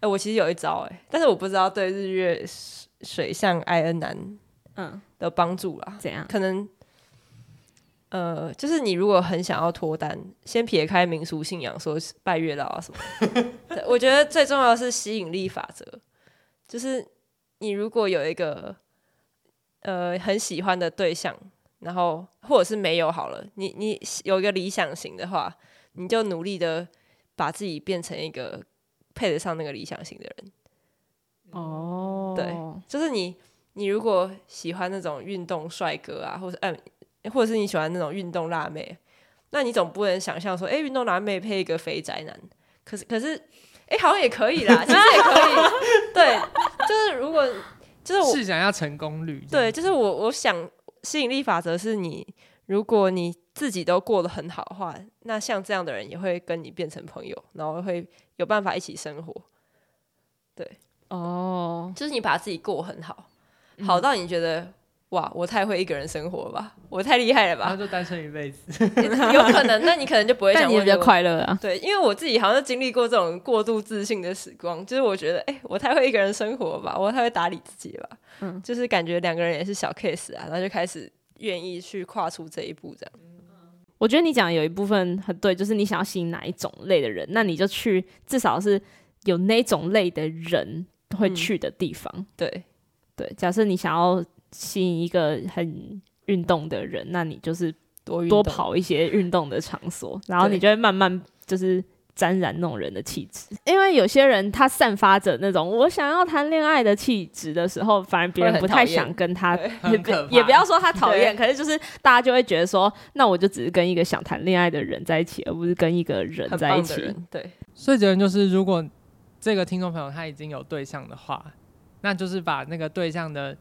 S2: 哎、我其实有一招哎、但是我不知道对日月水水象 I N 男
S1: 嗯，
S2: 的帮助啦。
S1: 怎样？
S2: 可能呃，就是你如果很想要脱单，先撇开民俗信仰，说是拜月老啊什么的对，我觉得最重要的是吸引力法则，就是你如果有一个呃很喜欢的对象，然后或者是没有好了，你你有一个理想型的话，你就努力的把自己变成一个配得上那个理想型的人。
S1: 哦，
S2: 哦对就是你，你如果喜欢那种运动帅哥啊，或者嗯、或者是你喜欢那种运动辣妹，那你总不能想象说，哎、运动辣妹配一个肥宅男，可是可是，哎、好像也可以啦，其实也可以，对，就是如果就是我
S3: 试想一下成功率。
S2: 对，，就是我我想吸引力法则是你，如果你自己都过得很好的话，那像这样的人也会跟你变成朋友，然后会有办法一起生活。
S1: 哦，
S2: 就是你把自己过很好，
S1: 嗯
S2: 好到你觉得、哇，我太会一个人生活了吧，我太厉害了
S3: 然后
S2: 吧，
S3: 就单身一辈子。
S2: 有可能，那你可能就 不会
S1: 但
S2: 想
S1: 你也
S2: 问
S1: 比较
S2: 这个问题
S1: 快乐啊。
S2: 对，因为我自己好像经历过这种过度自信的时光，就是我觉得，哎、我太会一个人生活吧，我太会打理自己吧，
S1: 嗯
S2: 就是感觉两个人也是小 case 啊，然后就开始愿意去跨出这一步，这样。
S1: 我觉得你讲的有一部分很对，就是你想要吸引哪一种类的人，那你就去至少是有那种类的人会
S2: 嗯
S1: 去的地方。
S2: 对，
S1: 对，假设你想要吸引一个很运动的人，那你就是
S2: 多运
S1: 多
S2: 动，
S1: 跑一些运动的场所，然后
S2: 对
S1: 你就会慢慢就是沾染那种人的气质。因为有些人他散发着那种我想要谈恋爱的气质的时候，反而别人
S2: 会
S1: 不
S2: 很
S1: 太
S2: 讨厌
S1: 想跟他
S2: 对
S1: 也
S3: 很可
S1: 不
S3: 怕
S1: 也不要说他讨厌，可是就是大家就会觉得说，那我就只是跟一个想谈恋爱的人在一起，而不是跟一个人
S2: 很
S1: 在一
S2: 棒的
S1: 起。
S2: 人， 对，
S3: 所以结论就是，如果这个听众朋友他已经有对象的话，那就是把那个对象的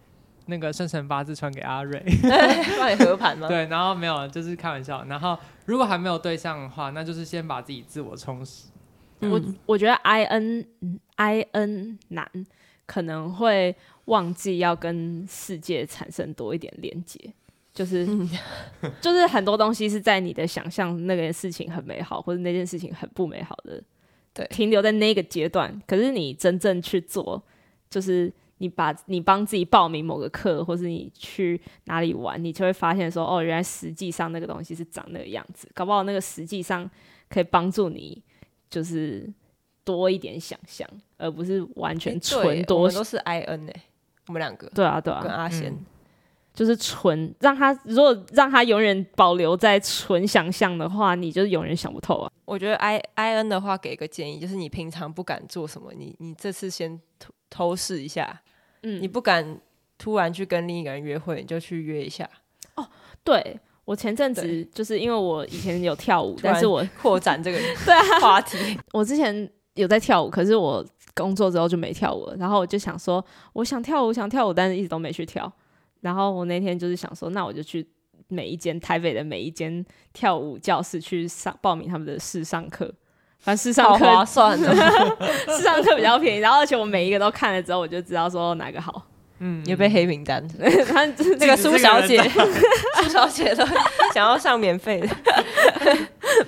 S3: 那个生辰八字传给阿瑞。
S1: 嗯
S2: 帮你合盘 吗？哎
S3: 对，然后没有，就是开玩笑。然后如果还没有对象的话，那就是先把自己自我充实。
S1: 我
S2: 嗯
S1: 我觉得 I N 嗯 I N 男可能会忘记要跟世界产生多一点连接，就是、
S2: 嗯
S1: 就是很多东西是在你的想象那个事情很美好，或者那件事情很不美好的，
S2: 对
S1: 停留在那个阶段。可是你真正去做，就是你把你帮自己报名某个课，或是你去哪里玩，你就会发现说，哦，原来实际上那个东西是长那个样子，搞不好那个实际上可以帮助你，就是多一点想象，而不是完全
S2: 诶
S1: 纯
S2: 对我
S1: 多
S2: 们。都是 I N 哎、我们两个
S1: 对啊，对啊，
S2: 跟阿贤，
S3: 嗯
S1: 就是纯让他，如果让他永远保留在纯想象的话，你就永远想不透啊。
S2: 我觉得 I I N 的话，给个建议，就是你平常不敢做什么，你你这次先偷偷试一下，
S1: 嗯
S2: 你不敢突然去跟另一个人约会，你就去约一 下，
S1: 对我前阵子
S2: 对
S1: 就是因为我以前有跳舞，
S2: 突然
S1: 但是我
S2: 扩展这个对啊 话题。
S3: 嗯
S1: 我之前有在跳舞，可是我工作之后就没跳舞了。然后我就想说，我想跳舞，想跳舞，但是一直都没去跳。然后我那天就是想说，那我就去每一间台北的每一间跳舞教室去上报名他们的试上课。反正试上
S2: 好划
S1: 课，
S2: 算哦！
S1: 试上课比较便宜，然后而且我每一个都看了之后，我就知道说哪个好。
S3: 嗯，
S2: 也被黑名单，
S1: 他那
S2: 那
S1: 个
S2: 个
S3: 己
S2: 苏
S3: 这个
S2: 小
S3: 人
S2: 姐， 苏小姐都想要上免费的，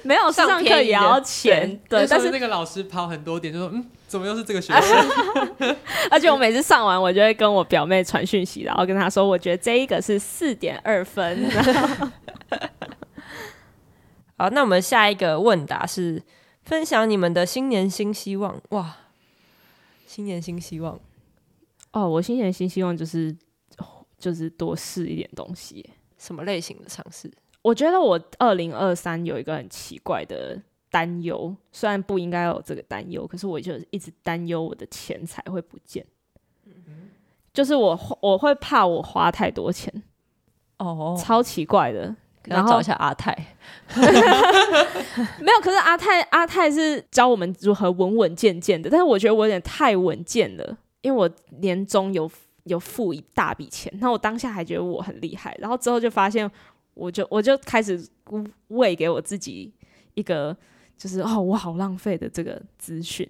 S1: 没有试
S2: 上
S1: 上课
S2: 便宜
S1: 也要
S2: 的
S1: 钱，对，但
S3: 但
S1: 是
S3: 哎
S1: 啊
S3: 是那个老师抛很多点，就说嗯，怎么又是这个学 生？
S1: 而且我每次上完，我就会跟我表妹传讯息，然后跟她说，我觉得这一个是四点二分。
S2: 好，那我们下一个问答是分享你们的新年新希望。哇，新年新希望，
S1: 哦，我新年新希望就是就是多试一点东西。
S2: 什么类型的尝试？
S1: 我觉得我二零二三有一个很奇怪的担忧，虽然不应该有这个担忧，可是我就一直担忧我的钱财会不见。就是我花我会怕我花太多钱，
S2: 哦，
S1: 超奇怪的。
S2: 然
S1: 然
S2: 后
S1: 后
S2: 找一下阿泰，
S1: 没有，可是阿泰阿泰是教我们如何稳稳健健的，但是我觉得我有点太稳健了，因为我年终有有付一大笔钱，那我当下还觉得我很厉害，然后之后就发现，我就我就开始喂给我自己一个就是哦我好浪费的这个资讯，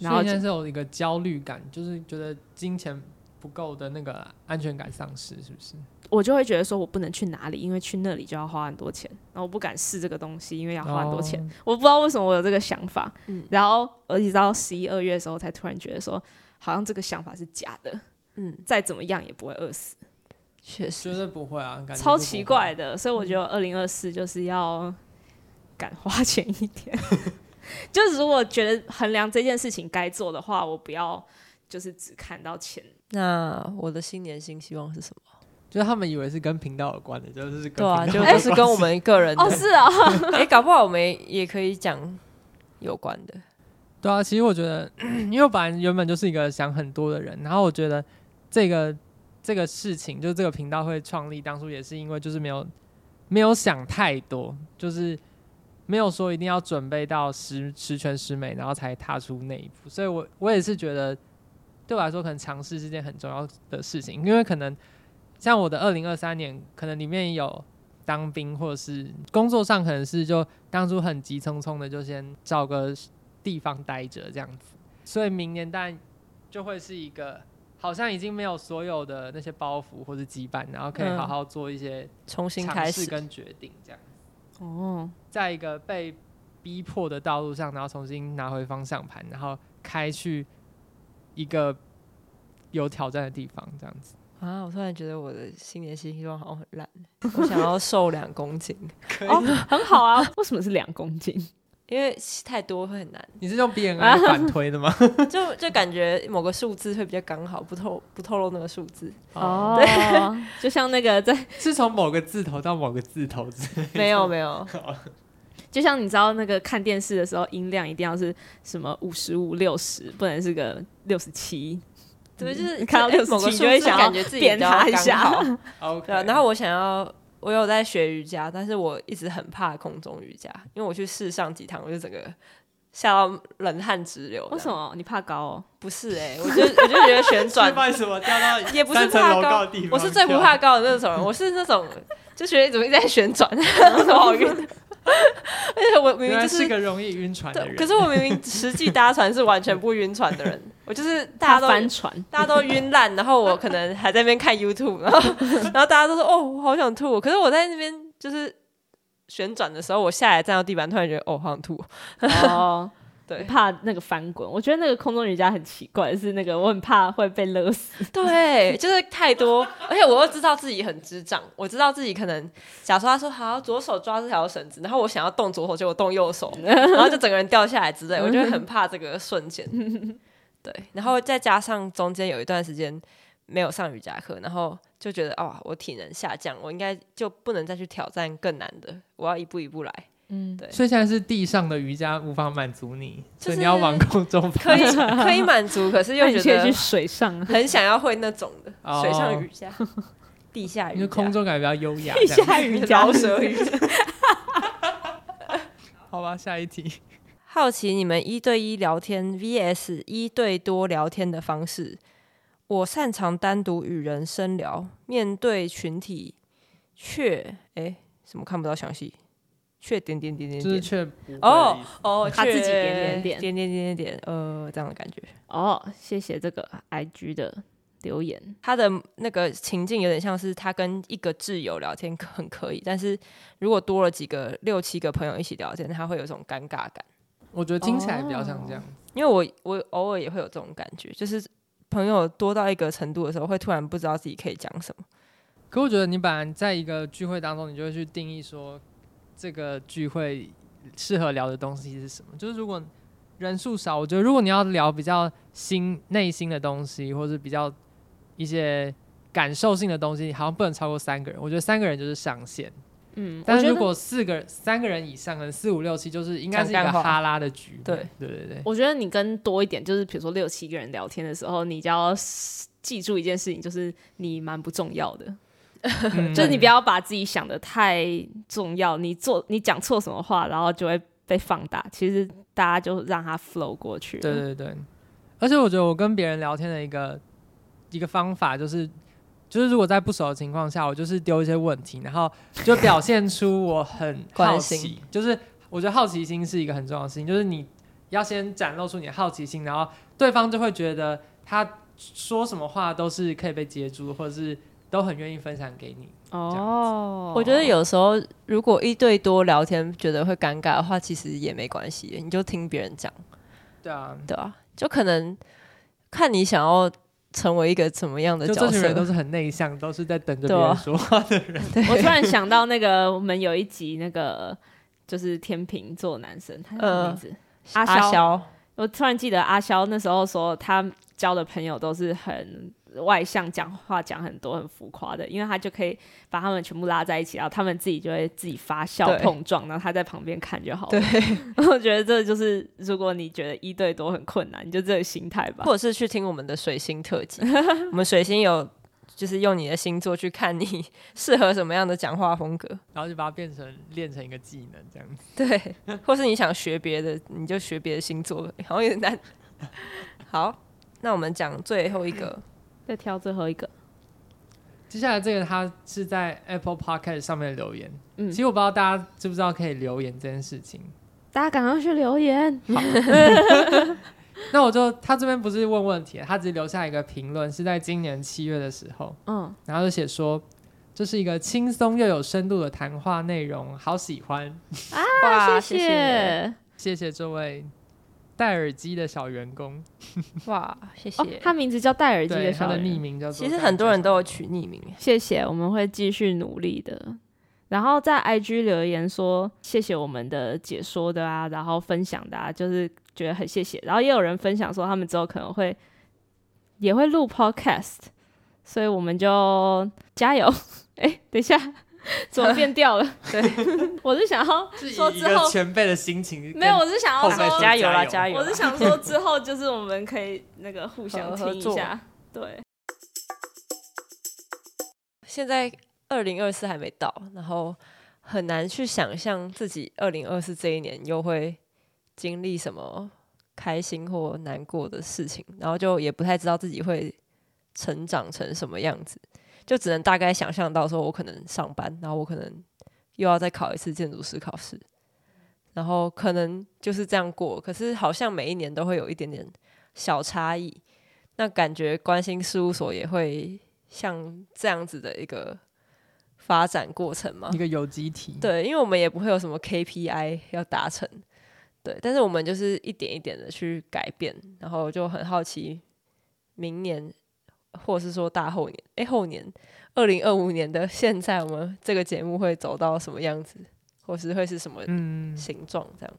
S1: 然
S3: 所
S1: 后
S3: 以现
S1: 就
S3: 在是有一个焦虑感，就是觉得金钱不够的那个安全感丧失，是不是？
S1: 我就会觉得说我不能去哪里，因为去那里就要花很多钱，然后我不敢试这个东西，因为要花很多钱。
S3: 哦
S1: 我不知道为什么我有这个想法，
S2: 嗯
S1: 然后而且到十一二月的时候，才突然觉得说，好像这个想法是假的，
S2: 嗯，
S1: 再怎么样也不会饿死，
S2: 确
S3: 绝
S2: 实，
S3: 对不会啊，感觉就
S1: 超
S3: 不
S1: 奇
S3: 会
S1: 怪。的。所以我觉得二零二四就是要敢花 钱一点，就是如果觉得衡量这件事情该做的话，我不要就是只看到钱。
S2: 那我的新年新希望是什么？
S3: 就是他们以为是跟频道有关的，就是跟
S2: 对啊，
S3: 频
S2: 就
S3: 道
S2: 就是跟我
S3: 有关系
S2: 们个人的
S1: 哦，是啊，
S2: 哎、搞不好我们也可以讲有关的。
S3: 对啊。其实我觉得， 因为我本来原本就是一个想很多的人，然后我觉得这个这个事情，就是这个频道会创立，当初也是因为就是没有没有想太多，就是没有说一定要准备到十十全十美，然后才踏出那一步。所以我我也是觉得，对我来说，可能尝试是件很重要的事情，因为可能像我的二零二三年，可能里面有当兵，或者是工作上，可能是就当初很急匆匆的就先找个地方待着这样子，所以明年但就会是一个。好像已经没有所有的那些包袱或者羁绊，然后可以
S2: 嗯
S3: 好好做一些
S2: 重新
S3: 尝
S2: 开
S3: 试
S2: 始，
S3: 跟决定，这样
S1: 哦，
S3: 在一个被逼迫的道路上，然后重新拿回方向盘，然后开去一个有挑战的地方，这样子。
S2: 啊！我突然觉得我的新年新希望好像很烂，我想要瘦两公斤，
S1: 哦，很好啊。为什么是两公斤？
S2: 因为太多会很 难，
S3: 你是用
S1: 啊
S3: BNI 反推的吗？
S2: 就就感觉某个数字会比较刚好，不透不透露那个数字。
S1: 哦， 就像那个在
S3: 是从某个字头到某个字头之类的
S2: 没有没有，
S1: 就像你知道那个看电视的时候，音量一定要是什么五十五、六十，不能是个六十七。
S2: 对，就是
S1: 看到
S2: 哎
S1: 67
S2: 某个数
S1: 就会
S2: 字
S1: 想要
S2: 感觉自己比较
S1: 扁他一下
S2: 刚好
S3: OK，
S2: 对啊，然后我想要，我有在学瑜伽，但是我一直很怕空中瑜伽，因为我去试上几堂，我就整个吓到冷汗直流。
S1: 为什？么你怕高哦？
S2: 不是哎、我就我就觉得旋转
S3: 示范什么掉到
S2: 也不是
S3: 三层
S2: 怕
S3: 楼高
S2: 高
S3: 的地，方
S2: 我是最不怕高的那种人，我是那种就觉得怎么一直在 旋转，什么好晕的。而且我明
S3: 原
S2: 明
S3: 来
S2: 就是是。
S3: 个容易晕船的
S2: 对，
S3: 人。
S2: 可是我明明实际搭船是完全不晕船的人，我就是大家
S1: 怕
S2: 都
S1: 翻船，
S2: 大家都晕烂，然后我可能还在那边看 YouTube，然后然后大家都说哦，我好想吐。可是我在那边就是旋转的时候，我下来站到地板，突然觉得哦，好想吐。
S1: 哦，
S2: 对
S1: 怕那个翻滚。我觉得那个空中瑜伽很奇怪，是那个我很怕会被勒死。
S2: 对，就是太多，而且我又知道自己很智障，我知道自己可能，假如说他说好，左手抓这条绳子，然后我想要动左手，结果动右手，然后就整个人掉下来之类，我就会很怕这个瞬间。对，然后再加上中间有一段时间没有上瑜伽课，然后就觉得哦，我体能下降，我应该就不能再去挑战更难的，我要一步一步来。
S1: 嗯，
S2: 对，
S3: 所以现在是地上的瑜伽无法满足你，
S2: 就
S3: 所
S2: 是
S3: 以你要往空中爬。
S2: 可以可以满足，可是
S1: 那
S2: 又
S1: 你可
S2: 觉
S1: 以去
S2: 得
S1: 水上啊，
S2: 很想要会那种的
S3: 哦
S2: 水上瑜伽、地下
S3: 因
S2: 瑜
S3: 为
S2: 伽、
S3: 空中感觉比较优 雅。
S1: 地
S3: 这样
S1: 下瑜伽
S2: 饶舌瑜伽。
S3: 好吧，下一题。
S2: 好奇你们一对一聊天 VS 一对多聊天的方式。我擅长单独与人深聊，面对群体却诶，什么看不到详细，却点点点点
S3: 就是
S2: 点。
S3: 却不会
S2: 哦哦，
S1: 他自己
S2: 却
S1: 点点点
S2: 点点点点点，呃，这样的感觉。
S1: 哦，谢谢这个 IG 的留言。
S2: 他的那个情境有点像是他跟一个挚友聊天很可以，但是如果多了几个六七个朋友一起聊天，他会有一种尴尬感。
S3: 我觉得听起来比较像这样。
S2: 因为我我偶尔也会有这种感觉，就是朋友多到一个程度的时候，会突然不知道自己可以讲什么。
S3: 可我觉得你本来在一个聚会当中，你就会去定义说这个聚会适合聊的东西是什么。就是如果人数少，我觉得如果你要聊比较心内心的东西，或是比较一些感受性的东西，好像不能超过三个人。我觉得三个人就是上限。
S1: 嗯，
S3: 但
S1: 我觉
S3: 是
S1: 得
S3: 如果四个人、三个人以上，可能四五六七，就是应该是一
S2: 讲
S3: 个
S2: 干话
S3: 哈拉的局面。
S2: 对
S3: 对对 对。
S1: 我觉得你跟多一点，就是比如说六七个人聊天的时候，你就要记住一件事情，就是你蛮不重要的，
S3: 嗯
S1: 就是你不要把自己想的太重要，你做你讲错什么话，然后就会被放大。其实大家就让它 flow 过去。
S3: 对，对对，而且我觉得我跟别人聊天的一个一个方法就是，就是如果在不熟的情况下，我就是丢一些问题，然后就表现出我很好
S2: 关心
S3: 奇，就是我觉得好奇心是一个很重要的事情，就是你要先展露出你的好奇心，然后对方就会觉得他说什么话都是可以被接住，或者是都很愿意分享给你。
S1: 哦，
S2: 我觉得有时候如果一对多聊天觉得会尴尬的话，其实也没关系，你就听别人讲，
S3: 对啊，
S2: 对啊，就可能看你想要成为一个怎么样的
S3: 就这
S2: 角
S3: 群人都是
S2: 色。
S3: 很内向，都是在等着
S2: 对
S3: 别人
S2: 啊
S3: 说话的人。
S1: 我突然想到那个，我们有一集那个就是天秤座男生，他叫什么名字？阿
S2: 阿
S1: 肖
S2: 肖，
S1: 我突然记得阿肖那时候说，他交的朋友都是很外向，讲话讲很多，很浮夸的，因为他就可以把他们全部拉在一起，然后他们自己就会自己发笑
S2: 对
S1: 碰撞，然后他在旁边看就好
S2: 对
S1: 了。，我觉得这就是，如果你觉得一对多很困难，你就这个心态吧
S2: 或。者是去听我们的水星特辑，我们水星有就是用你的星座去看你 适合什么样的讲话风格，
S3: 然后就把它变成练成一个技能这样子。
S2: 对，或是你想学别的，你就学别的星座， 好像有点难。好，那我们讲最后一个，
S1: 再挑最后一个，
S3: 接下来这个他是在 Apple Podcast 上面留言，
S1: 嗯
S3: 其实我不知道大家知不知道可以留言这件事情。
S1: 大家赶快去留言。
S3: 那我就他这边不是问问题，他只留下一个评论，是在今年七月的时候，
S1: 嗯，
S3: 然后就写说这是一个轻松又有深度的谈话内容，好喜欢，
S2: 哇，
S1: 啊谢
S2: 谢，
S1: 谢。
S3: 谢谢这位戴耳机的小员工，
S2: 哇，谢
S1: 哦
S2: 谢，。
S1: 他名字叫戴耳机
S3: 对，
S1: 的
S3: 他
S1: 小
S3: 的
S1: 人
S3: 匿名叫做
S2: 其实很多人都有取匿名，
S1: 谢谢，我们会继续努力的。然后在 IG 留言说谢谢我们的解说的啊，然后分享的啊，就是觉得很谢谢。然后也有人分享说他们之后可能会也会录 podcast，所以我们就加油。 哎，等一下，怎么变掉 了？
S2: 对，
S1: 我是想要
S3: 戴耳机
S1: 说
S3: 是以
S1: 之
S3: 一个
S1: 后
S3: 前辈的心情跟，
S1: 没有，我是想要
S3: 后辈说
S1: 说，
S2: 加油啊啦，
S3: 加
S2: 加
S3: 油
S2: 油啦！
S1: 我是想说之后就是我们可以那个互相
S2: 合合
S1: 听一
S2: 作
S1: 下，对。
S2: 现在二零二四还没到，然后很难去想象自己二零二四这一年又会经历什么开心或难过的事情，然后就也不太知道自己会成长成什么样子，就只能大概想象到说我可能上班，然后我可能又要再考一次建筑师考试，然后可能就是这样过。可是好像每一年都会有一点点小差异，那感觉关心事务所也会像这样子的一个发展过程吗
S3: 一？个有机体，
S2: 对，因为我们也不会有什么 KPI 要达成，对，但是我们就是一点一点的去改变，然后就很好奇明年，或是说大后年，诶，后年，二零二五年的现在，我们这个节目会走到什么样子，或是会是什么
S3: 嗯，
S2: 形状这样？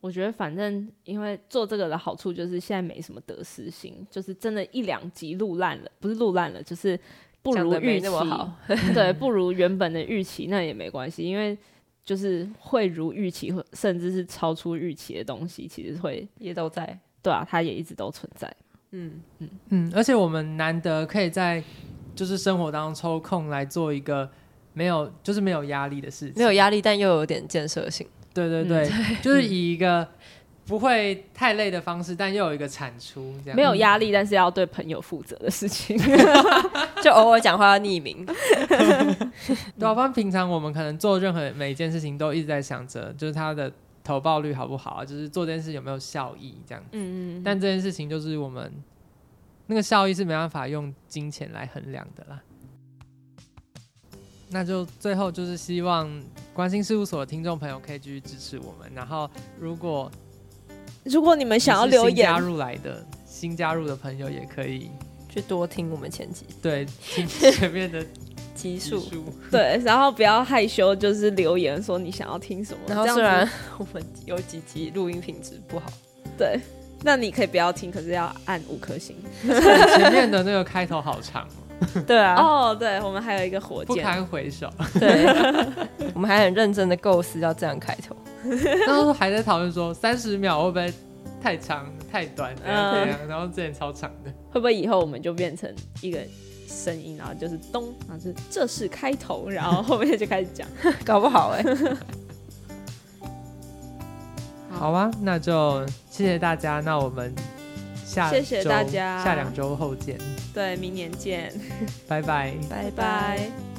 S1: 我觉得反正因为做这个的好处就是现在没什么得失心，就是真的一两集录烂了，不是录烂了，就是不
S2: 讲
S1: 如
S2: 得
S1: 预
S2: 没
S1: 期
S2: 那，么好，
S1: 对，不如原本的预期那也没关系，因为就是会如预期，或甚至是超出预期的东西，其实会
S2: 也都在，
S1: 对啊，它也一直都存在。
S2: 嗯，
S3: 嗯，而且我们难得可以在就是生活当中抽空来做一个没有就是没有压力的事情，
S2: 没有压力，但又有点建设性，
S3: 对对
S1: 嗯
S3: 对，就是以一个不会太累的方式，但又有一个产出，这样
S1: 没有
S2: 嗯
S1: 压力，但是要对朋友负责的事情。
S2: 就偶尔讲话要匿名，
S3: 对啊，不然平常我们可能做任何每一件事情都一直在想着，就是它的投报率好不好啊，就是做这件事有没有效益这样。
S2: 嗯嗯，
S3: 但这件事情就是我们那个效益是没办法用金钱来衡量的啦。那就最后就是希望关心事务所的听众朋友可以继续支持我们，然后如果
S1: 如果你们
S3: 你
S1: 想要
S3: 是
S1: 留
S3: 新加
S1: 言，
S3: 入来的新加入的朋友也可以
S2: 去多听我们前几
S3: 对听前面的
S2: 集
S3: 集
S1: 哦
S2: 数。
S3: 数，
S1: 对，然后不要害羞，就是留言说你想要听什么。
S2: 然后
S1: 这样
S2: 虽
S1: 子
S2: 然我们有几集录音品质不好，
S1: 对，那你可以不要听，可是要按五颗星。
S3: 前面的那个开头好长哦，
S2: 对啊，
S1: 哦，对，我们还有一个火
S3: 不
S1: 箭，
S3: 堪回首。
S2: 对， 我们还很认真的构思要这样开头，
S3: 那时候还在讨论说三十秒会不会太长太短怎样怎
S1: 嗯
S3: 样，然后之前超长的。
S1: 会不会以后我们就变成一个声音，然后就是咚，然后是这是开头，然后后面就开始讲。
S2: 搞不好哎、
S3: 好啊，那就谢谢大家，那我们下
S1: 谢谢
S3: 周
S1: 大家
S3: 下两周后见，
S1: 对，明年见，
S3: 拜拜。
S2: 拜
S1: 拜拜。